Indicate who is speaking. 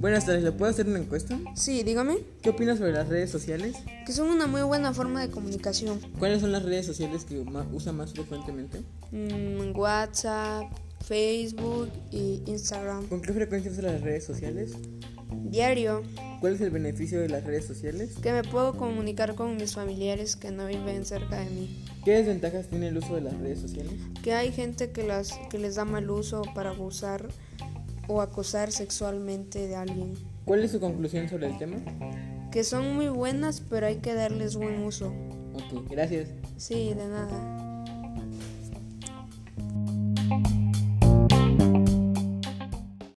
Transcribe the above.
Speaker 1: Buenas tardes, ¿le puedo hacer una encuesta?
Speaker 2: Sí, dígame.
Speaker 1: ¿Qué opinas sobre las redes sociales?
Speaker 2: Que son una muy buena forma de comunicación.
Speaker 1: ¿Cuáles son las redes sociales que ma- usa más frecuentemente?
Speaker 2: Mm, WhatsApp, Facebook y Instagram.
Speaker 1: ¿Con qué frecuencia usa las redes sociales?
Speaker 2: Diario.
Speaker 1: ¿Cuál es el beneficio de las redes sociales?
Speaker 2: Que me puedo comunicar con mis familiares que no viven cerca de mí.
Speaker 1: ¿Qué desventajas tiene el uso de las redes sociales?
Speaker 2: Que hay gente que, las, que les da mal uso para abusar o acosar sexualmente de alguien.
Speaker 1: ¿Cuál es su conclusión sobre el tema?
Speaker 2: Que son muy buenas, pero hay que darles buen uso.
Speaker 1: Ok, gracias.
Speaker 2: Sí, de nada.